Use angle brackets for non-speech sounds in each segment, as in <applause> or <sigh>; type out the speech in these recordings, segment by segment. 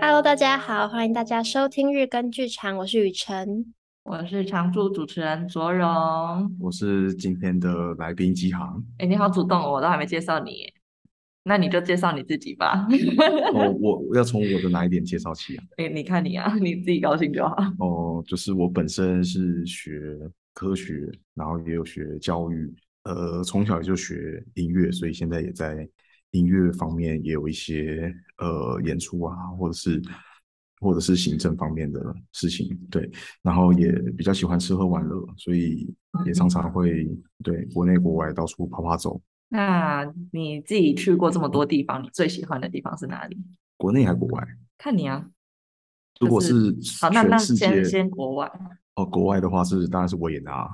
Hello，大家好，欢迎大家收听日更剧场，我是雨辰。我是常驻主持人卓荣。我是今天的来宾基航，哎，你好主动哦，我都还没介绍你耶，那你就介绍你自己 <laughs> 吧。哦，我我要从我的哪一点介绍起啊？你你看你啊，你自己高兴就好。哦，就是我本身是学科学，然后也有学教育，呃，从小也就学音乐，所以现在也在音乐方面也有一些呃演出啊，或者是或者是行政方面的事情，对，然后也比较喜欢吃喝玩乐，所以也常常会对国内国外到处跑跑走，那你自己去过这么多地方，你最喜欢的地方是哪里？国内还国外。看你啊。如果就是好，那那全世先界先国外，哦，国外的话是当然是维也纳，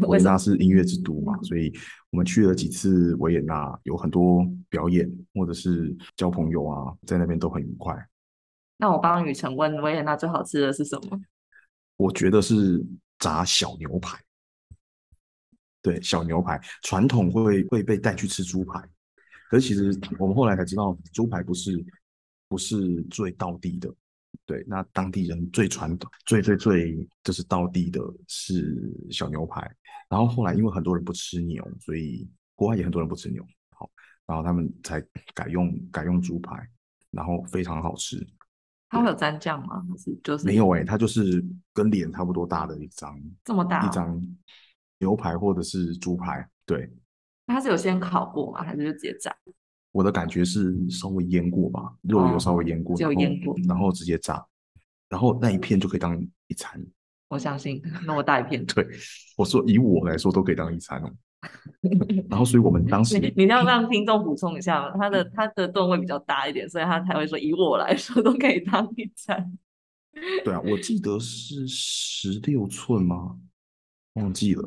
维为也什么嗯纳是音乐之都嘛，所以我们去了几次维也纳，有很多表演或者是交朋友啊，在那边都很愉快。那我帮雨辰问维也纳最好吃的是什么？我觉得是炸小牛排，对，小牛排传统会会被带去吃猪排，可是其实我们后来才知道，猪排不是不是最道地的。对，那当地人最传统、最最最就是道地的是小牛排，然后后来因为很多人不吃牛，所以国外也很多人不吃牛，好，然后他们才改用改用猪排，然后非常好吃。它会有蘸酱吗？还是就是没有哎、它就是跟脸差不多大的一张这么大一哦？张牛排或者是猪排。对，那它是有先烤过吗？还是就直接炸？我的感觉是稍微腌过吧，肉有稍微腌嗯过，哦只有然后腌过然后直接炸，然后那一片就可以当一餐。我相信那么大一片，对，我说以我来说都可以当一 <laughs> 餐哦。然后，所以我们当时嗯你你要让听众补充一下嘛，他的他的吨位比较大一点，所以他才会说以我来说都可以当一餐。对啊，我记得是十六寸吗？忘记了。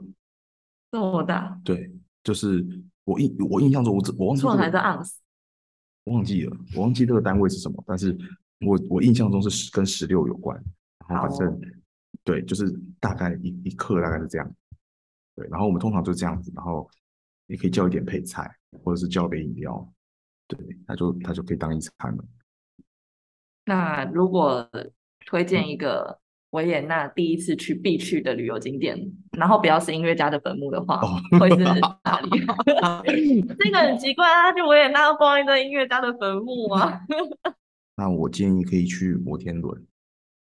这么大，对，就是我印我印象中我只我忘记错这个还是 ounce？我忘记了，我忘记这个单位是什么，但是我我印象中是十跟十六有关，然后反正、好对，就是大概一一克大概是这样，对，然后我们通常就这样子，然后也可以叫一点配菜，或者是叫杯饮料，对，它就它就可以当一餐了。那如果推嗯荐一个维也纳第一次去必去的旅游景点，然后不要是音乐家的坟墓的话，哦会是哪里？ <laughs> 这个很奇怪啊，他去维也纳逛一堆音乐家的坟墓啊， <laughs> 那我建议可以去摩天轮，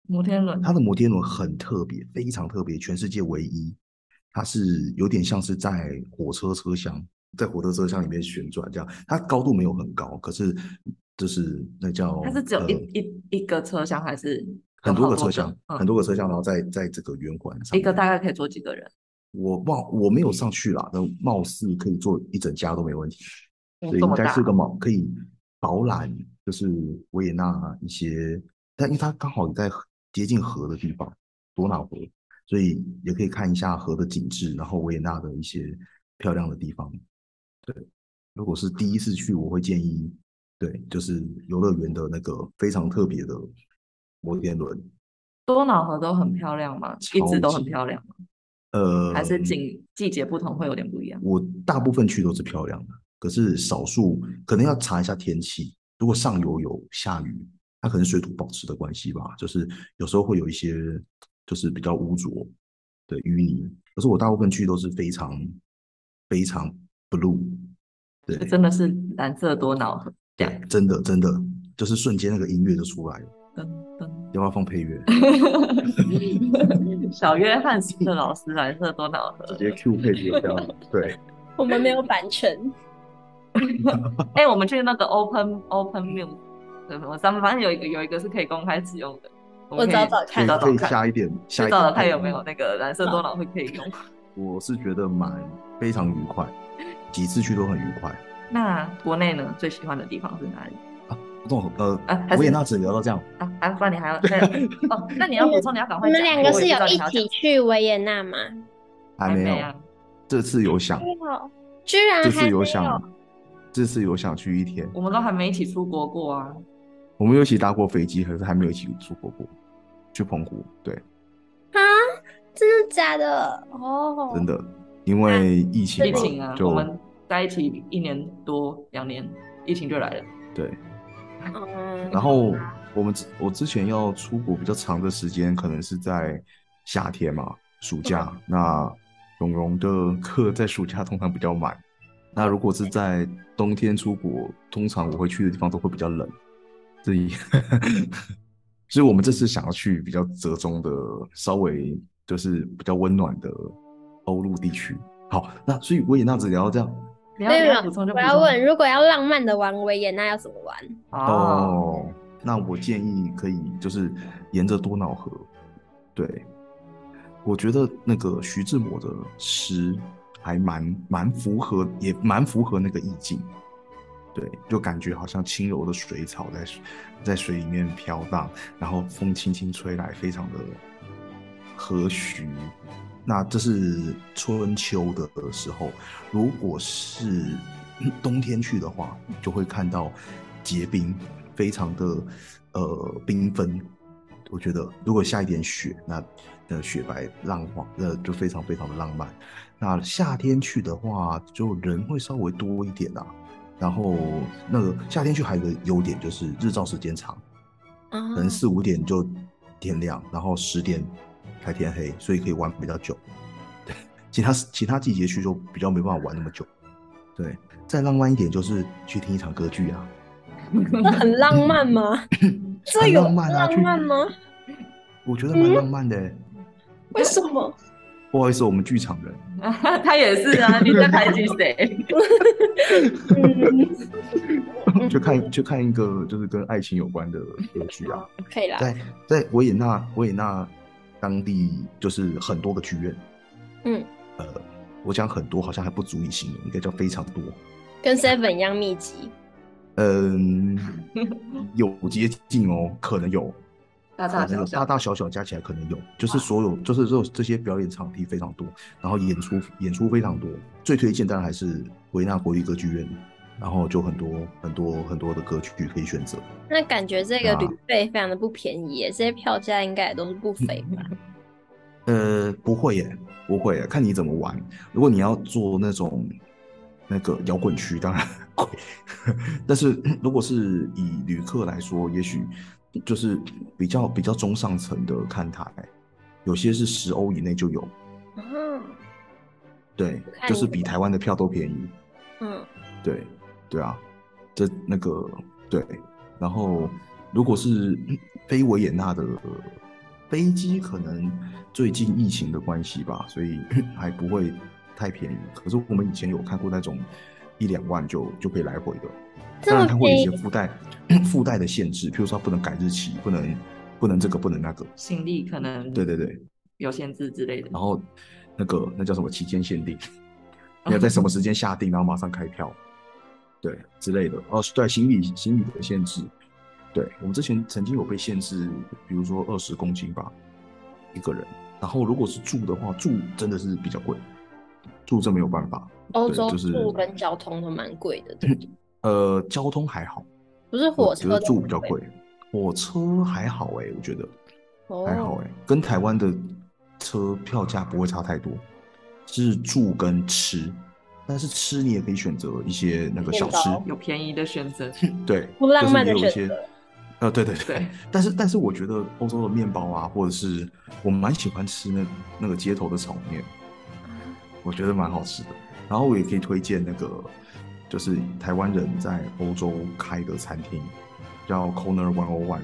摩天轮。它的摩天轮很特别，非常特别，全世界唯一，它是有点像是在火车车厢，在火车车厢里面旋转这样，它高度没有很高，可是就是那叫它是只有一呃一一个车厢，还是很有多好个车厢，嗯很多个车厢，然后在在这个圆环上一个面大概可以坐几个人？我忘我没有上去啦，但貌似可以坐一整家都没问题，嗯所以这应么该大是个毛可以饱览，就是维也纳啊一些，但因为它刚好也在河接近河的地方，多瑙河，所以也可以看一下河的景致，然后维也纳的一些漂亮的地方。对，如果是第一次去，我会建议，对，就是游乐园的那个非常特别的摩天轮，多瑙河都很漂亮吗？一直超都很级嗯漂亮吗？呃，还是景季节不同会有点不一样？我大部分去都是漂亮的，可是少数可能要查一下天气。如果上游有下雨，它可能水土保持的关系吧，就是有时候会有一些就是比较污浊的淤泥。可是我大部分去都是非常非常 blue，对就，真的是蓝色多瑙河，对，真的真的就是瞬间那个音乐就出来了。噔要不要放 <laughs> 配乐？噔。小约翰斯特老师蓝色多瑙河 <laughs> 直。接 Q 配乐这样， <laughs> 对，我们没有版 <laughs> 权，哎、我们去那个 Open Open Muse，什么咱们反正有一个有一个是可以公开使用的。我我们可找以找可看以找。可以看下一点，下去一找点找配看有乐没有那个蓝色多瑙会可以 <laughs> 用。我是觉得蛮非常愉快，几次去都很愉快。那国内呢？最喜欢的地方是哪里？不懂，呃，啊还是维也纳只聊到这样，啊，啊，不然你还要再哦？那你要补充，你要赶你快讲。们两个我是也有不知道你一还要起讲去维也纳吗？还没有。啊这次有想，居然这还次没有有想，这次有想去一天。我们都还没一起出国过啊。我们有一起搭过飞机，可是还没有一起出国过，去澎湖。对，啊！真的假的？哦，真的，因为疫情疫嘛，情啊，就我们在一起一年多、两年，疫情就来了。对。嗯，然后我们之我之前要出国比较长的时间，可能是在夏天嘛，暑假。那蓉蓉的课在暑假通常比较满，那如果是在冬天出国，通常我会去的地方都会比较冷，所以 <laughs> 所以我们这次想要去比较折中的，稍微就是比较温暖的欧陆地区。好，那所以维也纳只聊到这样你要没有你没要有补充就，补我充。要问，如果要浪漫的玩维也纳要怎么玩？哦，哦。那我建议可以就是沿着多瑙河，对，我觉得那个徐志摩的诗还蛮蛮符合，也蛮符合那个意境。对，就感觉好像轻柔的水草在在水里面飘荡，然后风轻轻吹来，非常的和煦。那这是春秋的时候，如果是 <clears throat> 嗯冬天去的话，就会看到结冰，非常的呃缤纷。我觉得如果下一点雪，那呃雪白浪花，呃就非常非常的浪漫。那夏天去的话，就人会稍微多一点啊。然后那个夏天去还有一个优点就是日照时间长，可能哦，四五点就天亮，然后十点才天黑，所以可以玩比较久。对，其他其他季节去就比较没办法玩那么久。对，再浪漫一点就是去听一场歌剧啊，那很浪漫 <laughs> 吗？这很有浪漫啊，去浪漫吗？嗯我觉得蛮浪漫的、欸为什么？不好意思，我们剧场人， <laughs> 他也是啊，你在排挤谁？ <laughs> 嗯，就看就看一个就是跟爱情有关的歌剧啊。可以啦。在在维也纳，维也纳当地就是很多个剧院，呃嗯，我讲很多好像还不足以形容，应该叫非常多。跟 Seven 一样密集。嗯，有接近哦，可能有，大可大能小有，小大大小小加起来可能有，就是所有就是这这些表演场地非常多，然后演出演出非常多，最推荐当然还是维也纳国立歌剧院，然后就很多很多很多的歌曲可以选择。那感觉这个啊旅费非常的不便宜耶，这些票价应该也都是不菲吧？呃，不会耶，不会耶，看你怎么玩。如果你要做那种那个摇滚区，当然贵。 <laughs> 但是如果是以旅客来说，也许就是比较比较中上层的看台，有些是十欧以内就有，嗯对，看就你是怎比么台湾的票都便宜。嗯，对，对啊，这那个对，然后如果是嗯非维也纳的飞机，可能最近疫情的关系吧，所以 <laughs> 还不会太便宜。可是我们以前有看过那种一两万就就可以来回的，这当么然它会有便一宜些附带 <coughs> 附带的限制，譬如说它不能改日期，不能不能这个，不能那个。心力可能对对对，有限制之类的然。后那个那叫什么期间限定，哦你要在什么时间下定，然后马上开票，对之类的。哦，对，行李行李的限制，对我们之前曾经有被限制，比如说二十公斤吧，一个人。然后如果是住的话，住真的是比较贵，住这没有办法。欧对洲就是住跟交通都蛮贵的， <laughs> 对不对？呃，交通还好，不是火车我觉得都住很比较贵，火车还好哎、我觉得。还好哦，哎、跟台湾的车票价不会差太多，是住跟吃，但是吃你也可以选择一些那个小吃，面有便宜的选择， <laughs> 对，不浪漫的欸就是也有一选些，呃，对对对，对，但是但是我觉得欧洲的面包啊，或者是我蛮喜欢吃那那个街头的炒面，嗯我觉得蛮好吃的。然后我也可以推荐那个，就是台湾人在欧洲开的餐厅，叫 Corner One O One。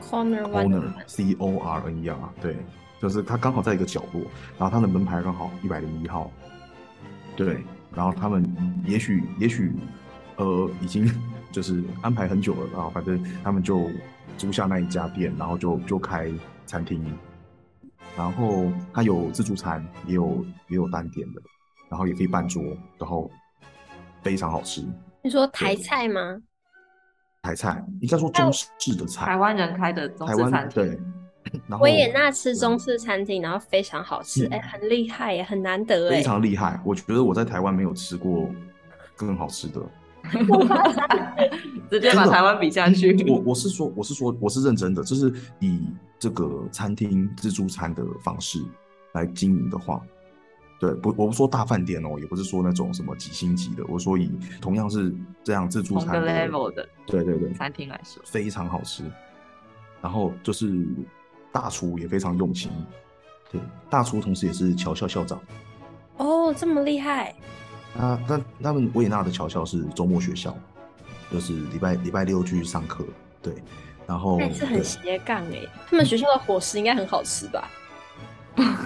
corner one Corner C O R N E R，对，就是它刚好在一个角落，然后它的门牌刚好一百零一号，对，然后他们也许也许呃已经就是安排很久了，然后反正他们就租下那一家店，然后就就开餐厅，然后它有自助餐，也有也有单点的，然后也可以办桌，然后非常好吃，你说台菜吗？台菜应该说中式的台菜，湾人开的中台式餐湾厅，对。然后啊嗯维也纳吃中式餐厅，然后非常好吃，哎、很厉害耶，很难得非哎。常厉害。我觉得我在台湾没有吃过更好吃的，直接把真的嗯台湾比下去。我我是说，我是说，我是认真的，就是以这个餐厅自助餐的方式来经营的话，对，不，我不说大饭店哦，也不是说那种什么几星级的，我说以同样是这样自助同餐个的 level 的对对对，餐厅来说，非常好吃。然后就是大厨也非常用心，对，大厨同时也是侨校校长。哦，这么厉害，啊，那他们维也纳的侨校是周末学校，就是礼拜礼拜六去上课，对，然后那也是哦对嗯很斜杠哎、他们学校的伙食应该很好吃吧？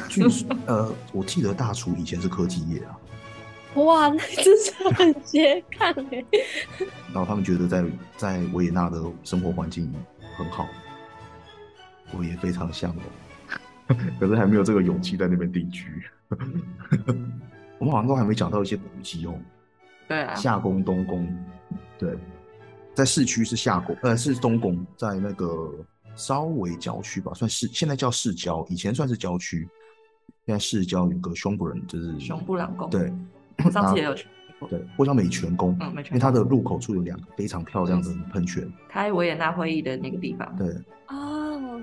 据说呃，我记得大厨以前是科技业啊，哇，那哎真是很斜杠 <laughs> 哎、然后他们觉得在在维也纳的生活环境很好，我也非常向往， <laughs> 可是还没有这个勇气在那边定居。 <laughs> 我们好像都还没讲到一些古迹哦，对啊，夏宫、东宫，对，在市区是夏宫，呃，是东宫，在那个稍微郊区吧，算是现在叫市郊，以前算是郊区，现在市郊有个胸部人，就是熊布朗宫，对，我上次也有去过，对，或叫美泉宫，嗯，嗯没因为去它过。的入口处有两个非常漂亮的喷泉，开维也纳会议的那个地方，对，哦，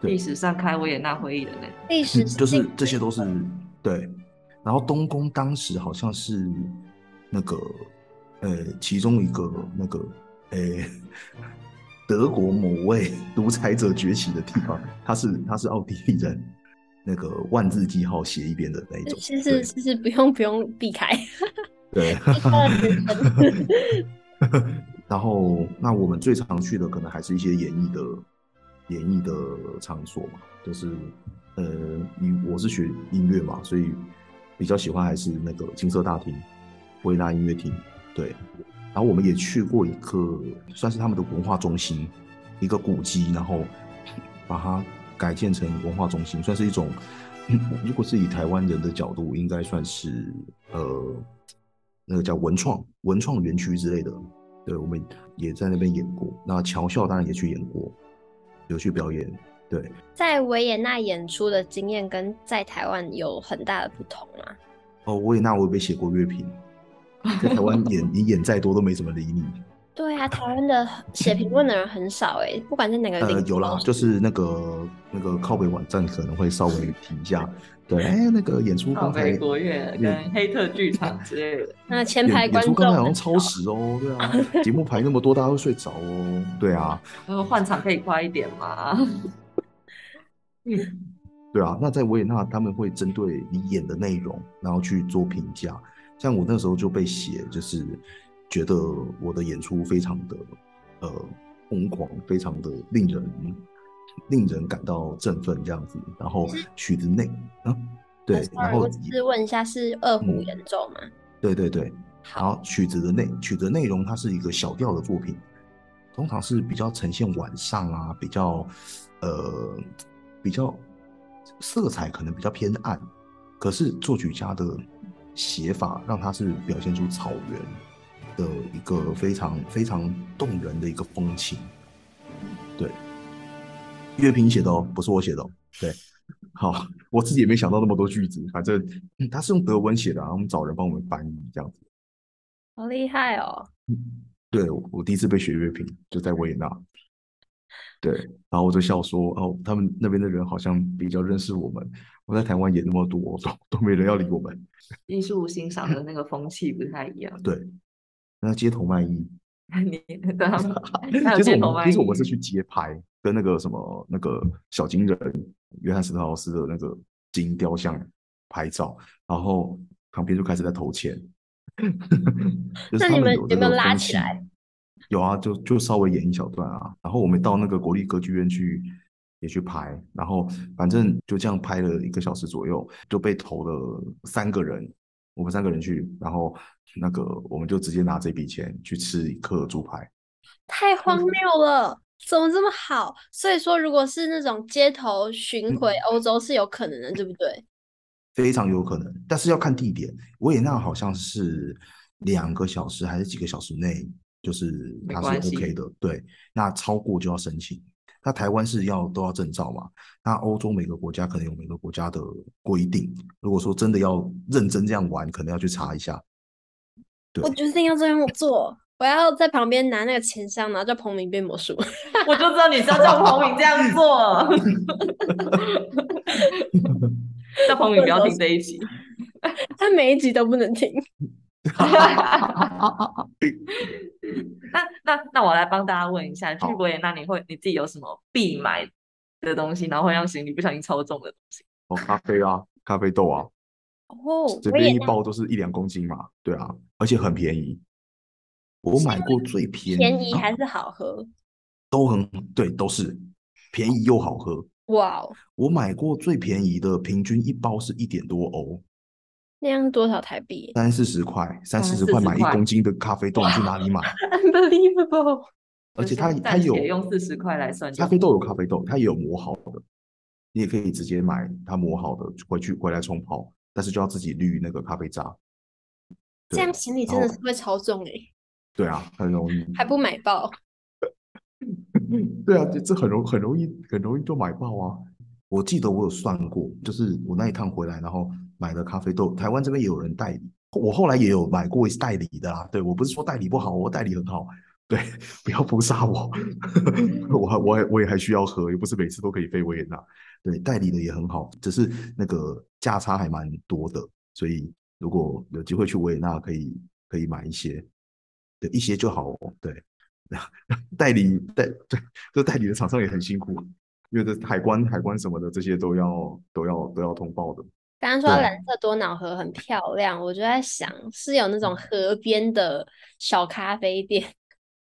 对历史上开维也纳会议的那个，历史嗯就是是这些都是对。然后东宫当时好像是那个呃，其中一个那个呃，德国某位 <laughs> 独裁者崛起的地方，他是他是奥地利人，那个万字记号斜一边的那一种，是是是是，不用不用避 <laughs> 开，对。对然后，那我们最常去的可能还是一些演艺的、演艺的场所嘛，就是呃，你我是学音乐嘛，所以比较喜欢还是那个金色大厅、维也纳音乐厅，对。然后我们也去过一个算是他们的文化中心，一个古迹，然后把它改建成文化中心，算是一种， <clears throat> 如果是以台湾人的角度，应该算是呃，那个叫文创文创园区之类的。对，我们也在那边演过。那侨校当然也去演过，有去表演。对，在维也纳演出的经验跟在台湾有很大的不同啊吗？哦，维也纳我也被写过乐评，在台湾演你演再多都没怎么理你。对啊，台湾的写评论的人很少哎、不管是哪个领呃，域有啦都，就是那个那个靠北网站可能会稍微提一下。对，哎，那个演出靠刚才北国乐演跟黑特剧场之类 <laughs> 的，那前排演演观出众刚才好像很超时哦，对啊，节目排那么多，大家会睡着哦。对啊，呃，换场可以快一点 <laughs> 嘛？嗯，对啊，那在维也纳他们会针对你演的内容，然后去做评价。像我那时候就被写，就是觉得我的演出非常的呃疯狂，非常的令人令人感到振奋这样子。然后曲子内啊，对，然 sorry，后嗯我只是问一下，是二胡嗯演奏吗？对对对，然后曲子的内曲子内容它是一个小调的作品，通常是比较呈现晚上啊，比较呃比较色彩可能比较偏暗，可是作曲家的写法让它是表现出草原的一个非常非常动人的一个风情。对，乐评写的哦，不是我写的哦。对，好，我自己也没想到那么多句子，反正嗯他是用德文写的、啊，我们找人帮我们翻译这样子。好厉害哦！对，我我第一次被学乐评就在维也纳，对，然后我就笑说，哦，他们那边的人好像比较认识我们，我在台湾演那么多，都都没人要理我们。艺术欣赏的那个风气不太一样。对，那街头卖艺，你对啊， <laughs> 还有其实街我头们卖其艺，实我们是去街拍，跟那个什么那个小金人约翰斯特劳斯的那个金雕像拍照，然后旁边就开始在投钱。 <laughs> 就是那他你们有有没有那个拉风起气来？有啊，就就稍微演一小段啊。然后我们到那个国立歌剧院去也去拍，然后反正就这样拍了一个小时左右，就被投了三个人，我们三个人去，然后那个我们就直接拿这笔钱去吃一颗猪排。太荒嗯谬了，怎么这么好？所以说，如果是那种街头嗯巡回欧洲是有可能的，对不对？非常有可能，但是要看地点。维也纳好像是两个小时还是几个小时内，就是没它是关系 OK 的。对，那超过就要申请。那台湾是要都要证照嘛？那欧洲每个国家可能有每个国家的规定。如果说真的要认真这样玩，可能要去查一下。对我决定要这样做，我要在旁边拿那个钱箱，然后叫彭明变魔术。 <laughs> 我就知道你是要叫彭敏这样做，叫彭敏不要听这一集。 <laughs> 他每一集都不能停，那那那我来帮大家问一下，去好维也纳你会你自己有什么必买的东西，然后会让行李不小心超重的东西？哦，咖啡啊，咖啡豆啊，哦，随维也便一纳包都是一两公斤嘛，对啊，而且很便宜。我买过最便便宜哦宜的还是好喝？都很对，都是便宜又好喝。哇哦，我买过最便宜的，平均一包是一点多欧，那样多少台币三四十块，三四十40块买一块公斤的咖啡豆，你去哪里买？ <laughs> ？Unbelievable！而就且是它它暂且有用四十块来算就咖好，啡豆有咖啡豆，它也有磨好的，你也可以直接买它磨好的回去回来冲泡，但是就要自己滤那个咖啡渣。这对样行李真然的后是会超重诶，对啊，很容易。还不买爆。对啊，这这很容很容易很容易就买爆啊！我记得我有算过，就是我那一趟回来，然后买的咖啡豆，台湾这边也有人代理，我后来也有买过代理的啦。对，我不是说代理不好，我代理很好。对， <laughs> 不要封杀我， <laughs> 我还我还我也还需要喝，又不是每次都可以飞维也纳。对，代理的也很好，只是那个价差还蛮多的，所以如果有机会去维也纳，可以可以买一些，对，一些就好哦。对，代理代 <laughs> 对，这代理的厂商也很辛苦，因为这海关海关什么的，这些都要都要都要通报的。刚刚说到对蓝色多瑙河很漂亮，我就在想，是有那嗯种河边的小咖啡店，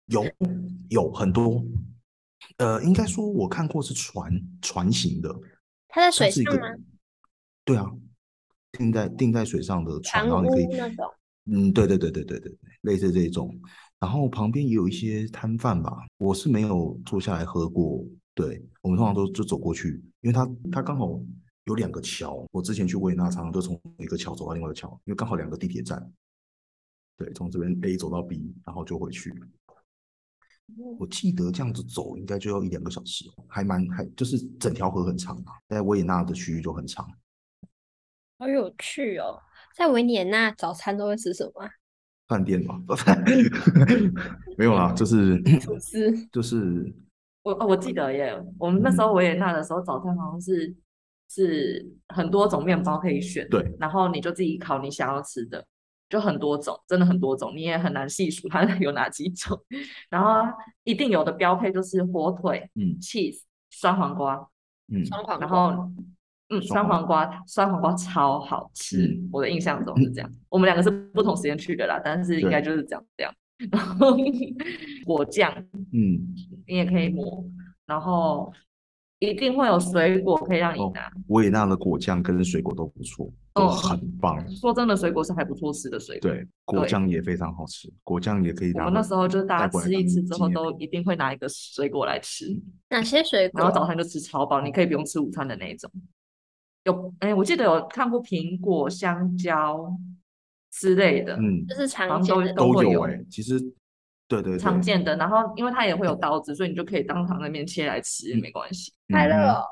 有有很多，呃，应该说我看过是船船型的，它在它水是一上个吗？对啊，定在定在水上的船船，然后你可以屋那种。嗯，对对对对对对对，类似这种。然后旁边也有一些摊贩吧，我是没有坐下来喝过。对，我们通常都就走过去，因为它它刚好有两个桥。我之前去维也纳，常常就从一个桥走到另外一个桥，因为刚好两个地铁站。对，从这边 A 走到 B，然后就回去。我记得这样子走应该就要一两个小时，还蛮还就是整条河很长啊，在维也纳的区域就很长。好有趣哦！在维也纳早餐都会吃什么啊？饭店嘛， <laughs> 没有啦，就是吐司。就是我哦，我记得耶，我们那时候维也纳的时候，早餐好像是是很多种面包可以选，对，然后你就自己烤你想要吃的，就很多种，真的很多种，你也很难细数它 <laughs> 有哪几种。然后一定有的标配就是火腿、嗯 cheese、酸黄瓜，嗯。双黄然瓜后嗯，酸酸黄黄瓜，酸黄瓜超好吃，嗯我的印象中是这样。我们两个是不同时间去的啦，但是应该就是这样这样。 <laughs> 然后 <laughs> 果酱。嗯，你也可以磨，然后一定会有水果可以让你哦拿。维也纳的果酱跟水果都不错，都嗯很棒。说真的，水果是还不错吃的水果。对，果酱也非常好吃，果酱也可以我拿们那时候就是大带家过来吃一当吃之纪后，念都一定会拿一个水果来吃，哪些水然果？后啊早餐就吃超饱，哦你可以不用吃午餐的那一种。有，哎，我记得有看过苹果、香蕉之类的，嗯，就是常好像见的都都都会有有哎、其实对对对，常见的。然后因为它也会有刀子，所以你就可以当场那边切来吃，嗯没关系。快乐嗯哼哦。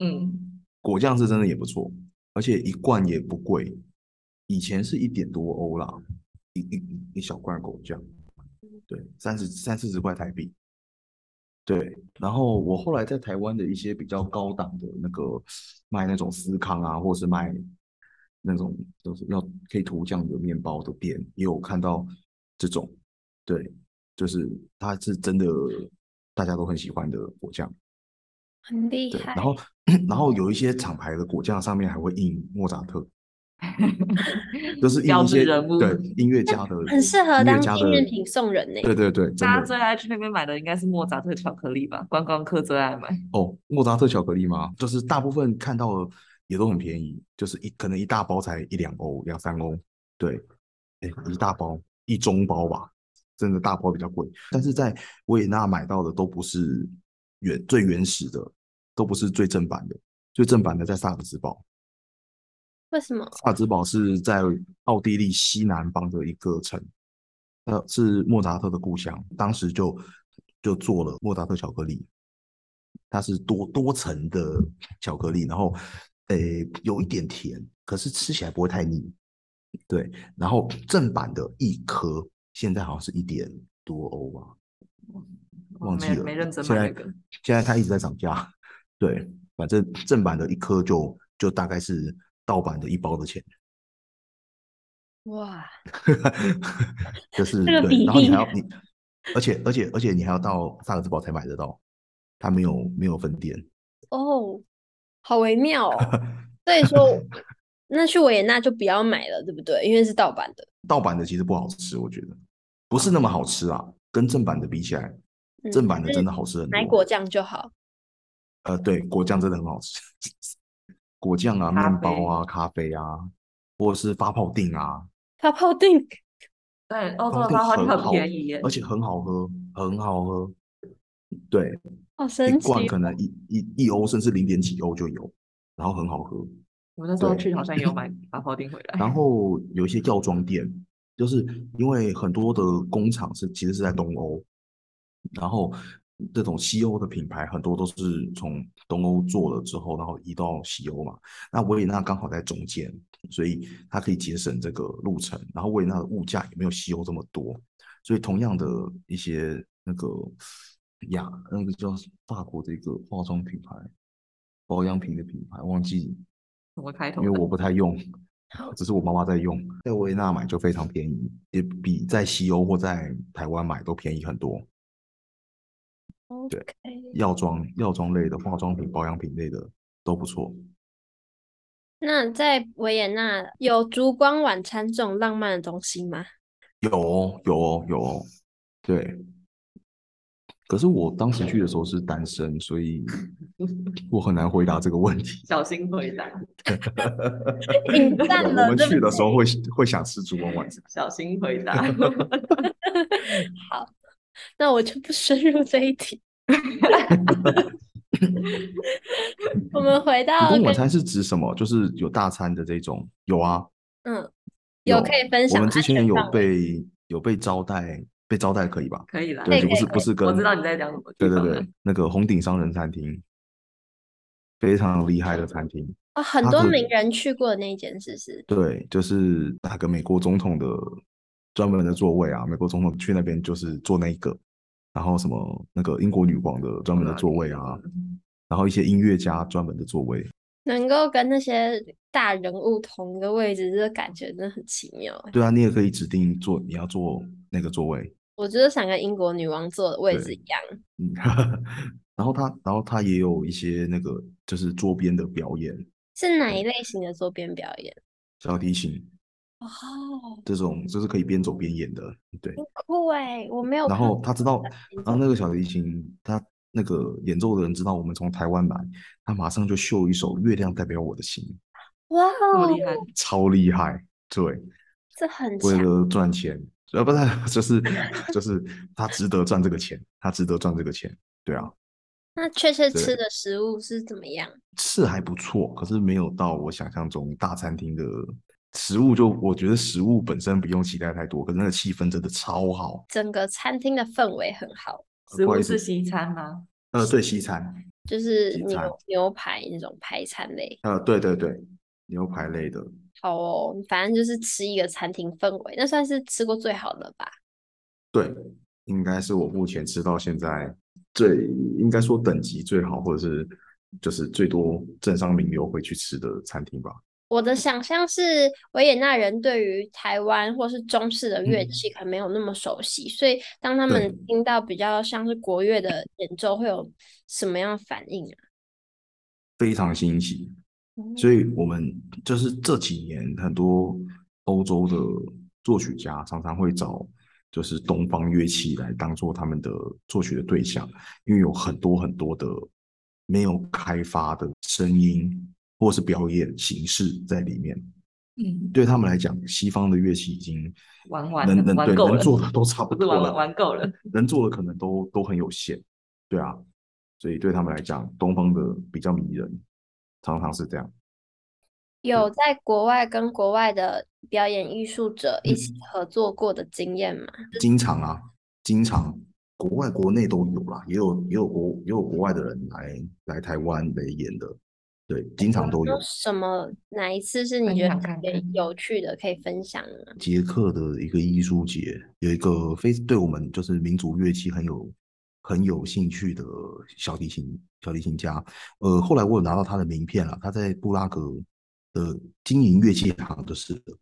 嗯，果酱是真的也不错，而且一罐也不贵，以前是一点多欧啦，一一一小罐果酱，对，三十三四十块台币。对，然后我后来在台湾的一些比较高档的那个卖那种司康啊，或者是卖那种就是要可以涂酱的面包的店，也有看到这种，对，就是它是真的大家都很喜欢的果酱。很厉对，害然。后 <clears throat> 然后有一些厂牌的果酱上面还会印莫扎特，就是印标一志些人物对音乐家的，很适合音乐当家纪的念品送人呢对对对，真大家的最爱去那边买的应该是莫扎特巧克力吧，观光客最爱买。哦，莫扎特巧克力吗？就是大部分看到的也都很便宜，就是一可能一大包才一两欧、两三欧，对，哎，一大包一中包吧，真的大包比较贵，但是在维也纳买到的都不是原最原始的，都不是最正版的，最正版的在萨尔茨堡。为什么？萨尔茨堡是在奥地利西南方的一个城，呃，是莫扎特的故乡。当时就就做了莫扎特巧克力，它是多多层的巧克力，然后诶有一点甜，可是吃起来不会太腻。对，然后正版的一颗现在好像是一点多欧吧，忘记哦没了，没认真现买在那个。现在它一直在涨价， <laughs> 对，反正正版的一颗就就大概是盗版的一包的钱。哇， <laughs> 就是嗯这个对比然后你还例要你，而且而且而且你还要到萨尔茨堡才买得到，它没有没有分店。哦，好微 <laughs> 妙哦。所以说，那去维也纳就不要买了，对不对？因为是盗版的。盗版的其实不好吃，我觉得不是那么好吃啊，跟正版的比起来，嗯，正版的就是真的好吃很买多。果酱就好。呃，对，果酱真的很好吃，果酱啊、咖面包啡啊、咖啡啊，或者是发泡锭啊，泡泡定对，欧洲发的发泡花就锭很好很便宜耶而，且很好喝，很好喝。对，好一神奇罐可能一一一欧甚至零点几欧就有，然后很好喝。我那时候对去好像也有买发泡丁回来，然后有一些药妆店，就是因为很多的工厂是其实是在东欧，然后这种西欧的品牌很多都是从东欧做了之后，然后移到西欧嘛。那维也纳刚好在中间，所以它可以节省这个路程。然后维也纳的物价也没有西欧这么多，所以同样的一些那个亚那个叫法国的一个化妆品牌、保养品的品牌，忘记什么开头因为的？我不 <laughs> 太用，只是我妈妈在用，在维也纳买就非常便宜，也比在西欧或在台湾买都便宜很多。对 OK，药妆、药妆类的、化妆品、保养品类的都不错。那在维也纳有烛光晚餐这种浪漫的东西吗？有哦，有哦，有哦，对。可是我当时去的时候是单身，<laughs> 所以我很难回答这个问题。小心回答， <laughs> 引我战了，们对去不的对时候会会想吃烛光晚餐。小心回答。那我就不深入这一题。 <laughs> 我们回 <laughs> 烛到光跟晚餐是指什么？就是有大餐的这种。有啊，嗯，有可以分我享们安之前全有范围被有被招待，被招待可以吧？ <laughs> 可以啦，对，可以就不是可不是跟我知道你在讲什么对地对方对了，那个红顶商人餐厅，非常厉害的餐厅。啊，很它多可以名人去过的那一间，是不是？对，就是那个美国总统的专门的座位啊，美国总统去那边就是坐那一个，然后什么那个英国女王的专门的座位啊，嗯然后一些音乐家专门的座位，能够跟那些大人物同一个位置，这个感觉真的很奇妙欸。对啊，你也可以指定坐你要坐那个座位，我就是想跟英国女王坐的位对置一样，嗯， <laughs> 然后他然后他也有一些那个就是桌边的表演，是哪一类型的桌边表演？小提琴哦，这种就是可以边走边演的，对。很酷哎，我没有然看后过他知道，这然后种那个小提琴，他那个演奏的人知道我们从台湾来，他马上就秀一首《月亮代表我的心哇这么哦，厉害，》，超厉害。对，这很为强，了赚钱，呃，不是， <laughs> 就是就是他值得赚这个钱，他值得赚这个钱。对啊，那确切对吃的食物是怎么样？是还不错，可是没有到我想象中大餐厅的食物就，我觉得食物本身不用期待太多，可是那个气氛真的超好。整个餐厅的氛围很好，食不好物意思是西餐吗？呃，对，西餐，就是西牛餐牛排那种排餐类。呃，对对对，牛排类的。好哦，反正就是吃一个餐厅氛围，那算是吃过最好的吧。对，应该是我目前吃到现在最，应该说等级最好，或者是就是最多政商名流会去吃的餐厅吧。我的想象是，维也纳人对于台湾或是中式的乐嗯器可能没有那么熟悉，所以当他对们听到比较像是国乐的演奏，会有什么样的反应啊？非常新奇。所以我们就是这几年很多欧洲的作曲家常常会找就是东方乐器来当做他们的作曲的对象，因为有很多很多的没有开发的声音或是表演形式在里面。嗯，对他们来讲，西方的乐器已经玩完了能能玩对够能了做的都差不不是多玩了，玩玩够了，能做的可能都都很有限，对啊，所以对他们来讲，东方的比较迷人，常常是这样。有嗯在国外跟国外的表演艺术者一嗯起合作过的经验吗？经常啊，经常国外国内都有啦，也有也有国也有国外的人来来台湾来演的，对，经常都有有。什么哪一次是你分觉得享特看别看有趣的可以分享呢？捷克的一个艺术节，有一个非对我们就是民族乐器很有很有兴趣的小提琴小提琴家。呃，后来我有拿到他的名片了，他在布拉格的经营乐器行就是了。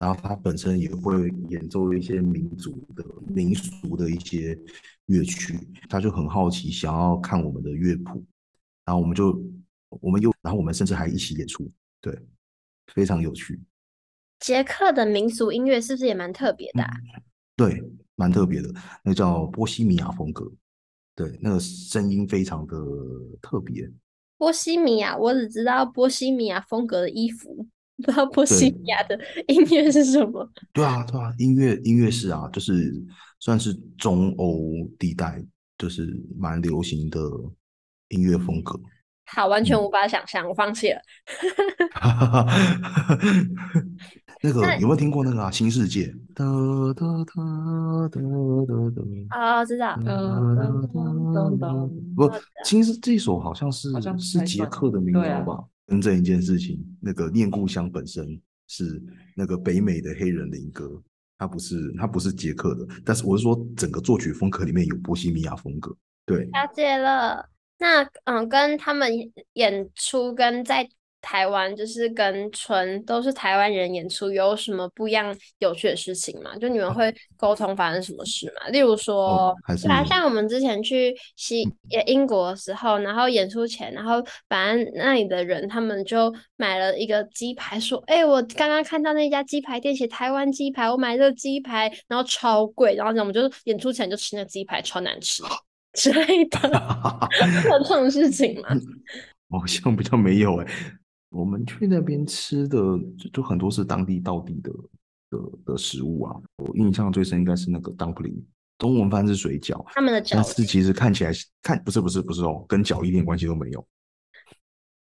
然后它本身也会演奏一些民族的民俗的一些乐曲，他就很好奇，想要看我们的乐谱，然后我们就我们又然后我们甚至还一起演出，对，非常有趣，捷克的民俗音乐是不是也蛮特别的啊？对，蛮特别的，那叫波西米亚风格，对，那个声音非常的特别，波西米亚，我只知道波西米亚风格的衣服，不知道波西米亚的音乐是什么。对啊，对啊，音乐音乐是啊，就是算是中欧地带，就是蛮流行的音乐风格。 <laughs> 好，完全无法想象，我放弃了。那个那有没有听过那个啊？新世界？哒哒哒哒哒哦，知道，哒噔噔噔噔嗯不，新世这首好像是呃好像不是太捷算克的民对谣啊吧？更正一件事情，那个《念故乡》本身是那个北美的黑人灵歌，它不是它不是捷克的，但是我是说整个作曲风格里面有波西米亚风格。对，了解了。那嗯，跟他们演出跟在台湾，就是跟纯都是台湾人演出，有什么不一样有趣的事情吗？就你们会沟通发生什么事吗？例如说哦，还是嗯对啊，像我们之前去西也英国的时候，然后演出前，然后反正那里的人他们就买了一个鸡排，说：“哎、我刚刚看到那家鸡排店写台湾鸡排，我买这个鸡排，然后超贵，然后我们就演出前就吃那鸡排，超难吃 <laughs> 之类 <laughs> 的，有这种事情吗？嗯好像比较没有哎、我们去那边吃的就就很多是当地道地的的的食物啊。我印象最深应该是那个 dumpling，中文翻是水饺，他们的角但是其实看起来是看不是不是不是哦，跟脚一点关系都没有。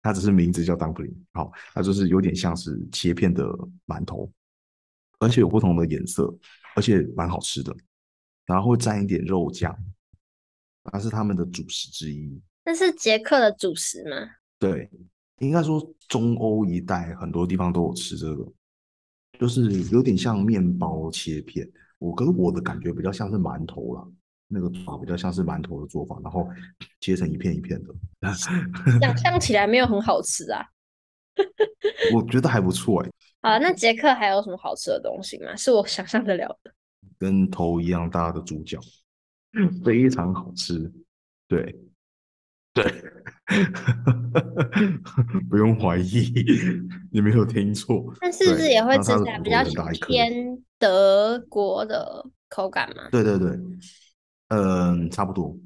它只是名字叫 dumpling，好，它就是有点像是切片的馒头，而且有不同的颜色，而且蛮好吃的，然后会蘸一点肉酱，它是他们的主食之一。那是捷克的主食吗？对，应该说中欧一带很多地方都有吃这个，就是有点像面包切片。我跟我的感觉比较像是馒头啦，那个做法比较像是馒头的做法，然后切成一片一片的。 <laughs> 想象起来没有很好吃啊。我觉得还不错哎、啊，那捷克还有什么好吃的东西吗？是我想象得了的。跟头一样大的猪脚，非常好吃。对，对， <laughs> 不用怀疑，你没有听错。但是不是对也会那吃它的起来骨比头较很大一颗偏德国的口感吗？对对对，嗯，差不多。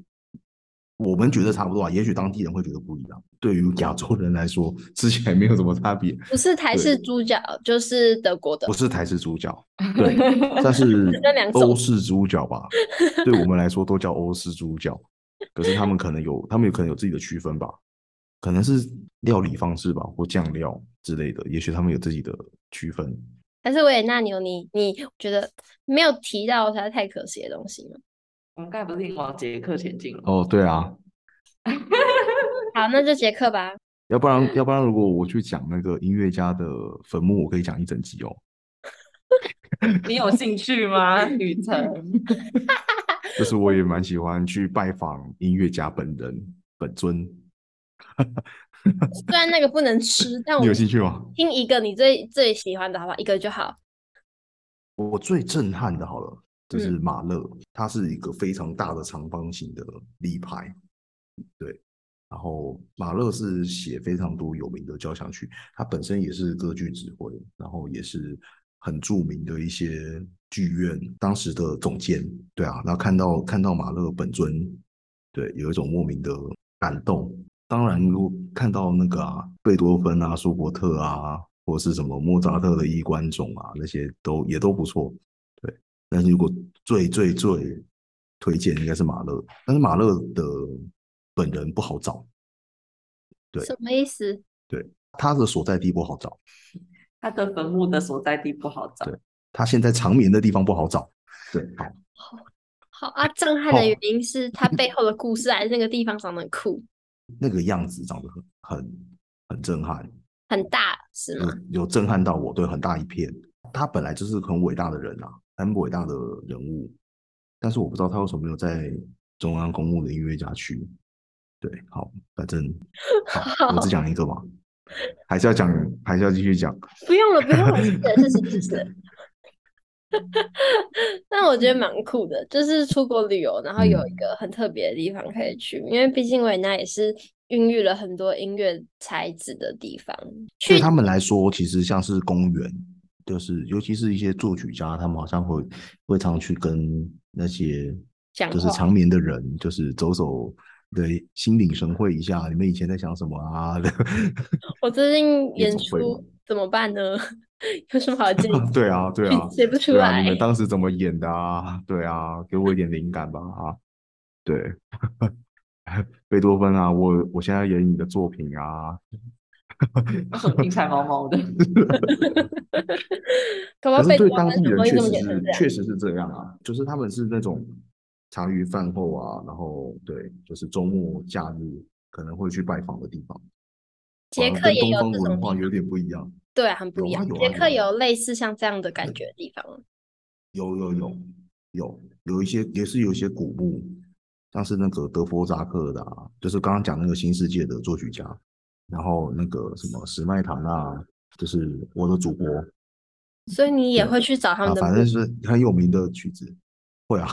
我们觉得差不多啊，也许当地人会觉得不一样。对于亚洲人来说，吃起来没有什么差别。不是台式猪脚，就是德国的不。是台式猪脚， <laughs> <laughs> 对，但是那两种欧式猪脚 <laughs> 吧，对我们来说都叫欧式猪脚。可是他们可能有，他们有可能有自己的区分吧，可能是料理方式吧，或酱料之类的，也许他们有自己的区分。还是维也纳牛，你你觉得没有提到它太可惜的东西吗？ <laughs> 我们刚才不是已经往捷克前进了吗？哦，对啊，好，那就捷克吧。要不然，要不然，如果我去讲那个音乐家的坟墓，我可以讲一整集哦。你有兴趣吗？旅程？就是我也蛮喜欢去拜访音乐家本人本尊，虽然那个不能吃，但我 <laughs> 你有们兴趣吗？听一个你最最喜欢的，好不好？一个就好。我最震撼的，好了，嗯就是马勒，它是一个非常大的长方形的立牌，对。然后马勒是写非常多有名的交响曲，他本身也是歌剧指挥，然后也是很著名的一些剧院当时的总监，对啊。然后看到看到马勒本尊，对，有一种莫名的感动。当然，如果看到那个啊，贝多芬啊、舒伯特啊，或是什么莫扎特的衣冠冢啊，那些都也都不错。对，但是如果最最最推荐应该是马勒，但是马勒的本人不好找，对什么意思？他的所在地不好找，他的坟墓的所在地不好找对。他现在长眠的地方不好找。对，好，好 <laughs> 啊，震撼的哦原因是它背后的故事，还是那个地方长得很酷、那个样子长得很很很震撼，很大，是吗？有有震撼到我，对，很大一片。他本来就是很伟大的人啊，很伟大的人物，但是我不知道他为什么没有在中央公墓的音乐家区。对，好，反正嗯好，我只讲 <laughs> 一个嘛，还是要讲，还是要继续讲。 <laughs> 不用了，不用了，是的，是是是是。 <laughs> 但我觉得蛮酷的，就是出国旅游，然后有一个很特别的地方可以去，因为毕竟维也纳也是孕育了很多音乐才子的地方。对他们来说，其实像是公园，就是尤其是一些作曲家，他们好像会会常去跟那些讲就是话长眠的人，就是走走，对，心领神会一下，你们以前在想什么啊？ <laughs> 我最近夜演总会出吗怎么办呢？ <laughs> 有什么好建议？对啊， <laughs> 对啊，写不出对啊，来你。们当时怎么演的啊？ <laughs> 对啊，给我一点灵感吧啊！对， <laughs> 贝多芬啊，我我现在演你的作品啊，为什么听起来毛毛的？搞不好可被是对抓当分地手人会确这么实演成是这样。确实是这样啊，就是他们是那种茶余饭后啊，然后对，就是周末假日可能会去拜访的地方，捷好像克跟也东有方这种文地化方，有点不一样，对啊，很不一有啊样。有啊捷克有啊有类似像这样的感觉的地方吗，有有有有有一些也是有一些古墓，像是那个德弗扎克的啊，就是刚刚讲那个新世界的作曲家，然后那个什么史迈唐啊，就是我的祖国所以你也对会去找他啊们，的反墓正是很有名的曲子，会啊。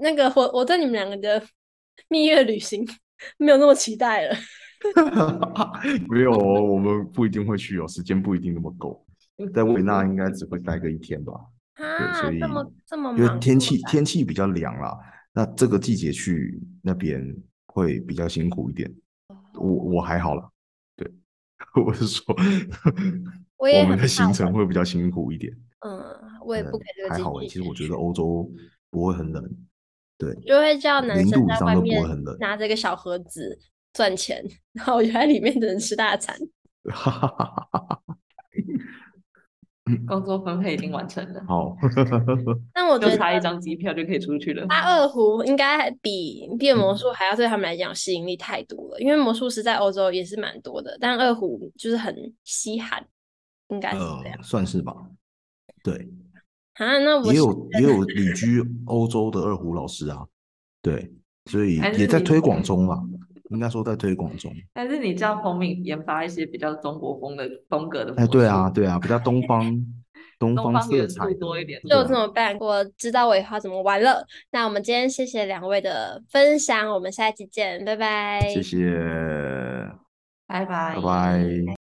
那个我我对你们两个的 <laughs> 蜜月旅行 <laughs> 没有那么期待了。 <laughs> 没有哦，我们不一定会去哦，时间不一定那么够。 <laughs> 在维也纳应该只会待个一天吧，啊，所这么以这么因为忙，天这么气赶天气比较凉啦。那这个季节去那边会比较辛苦一点。哦我我还好啦，对， <laughs> 我是 <laughs> 说我也我们很的怕行冷程会比较辛苦一点。嗯，我也不嗯给这个还经好欸济其实学我觉去得欧洲不会很冷，对，就会叫男零生度以在上外都不会面很冷拿着一个小盒子赚钱， <laughs> 然后我就在里面的人吃大餐。哈哈哈哈哈哈，工作分配已经完成 <laughs> 了，好。但我觉就得差一张机票就可以出去了。八二胡应该还比变魔术还要对他们来讲吸引力太多了，因为魔术师在欧洲也是蛮多的，但二胡就是很稀罕，应该是这样呃，。算是吧。对，啊，那我哦也是有也有旅居欧洲的二胡老师啊，对，所以还是也在你推广中啦，应该说在推广中。但是你叫彭敏研发一些比较中国风的风格的魔哎，对啊，术，对啊，比较东 <laughs> 方东东方方色元彩素的多一点对就啊这么办，我知道我以后要怎么玩了。那我们今天谢谢两位的分享，我们下一期见，拜拜。谢谢，拜拜拜拜。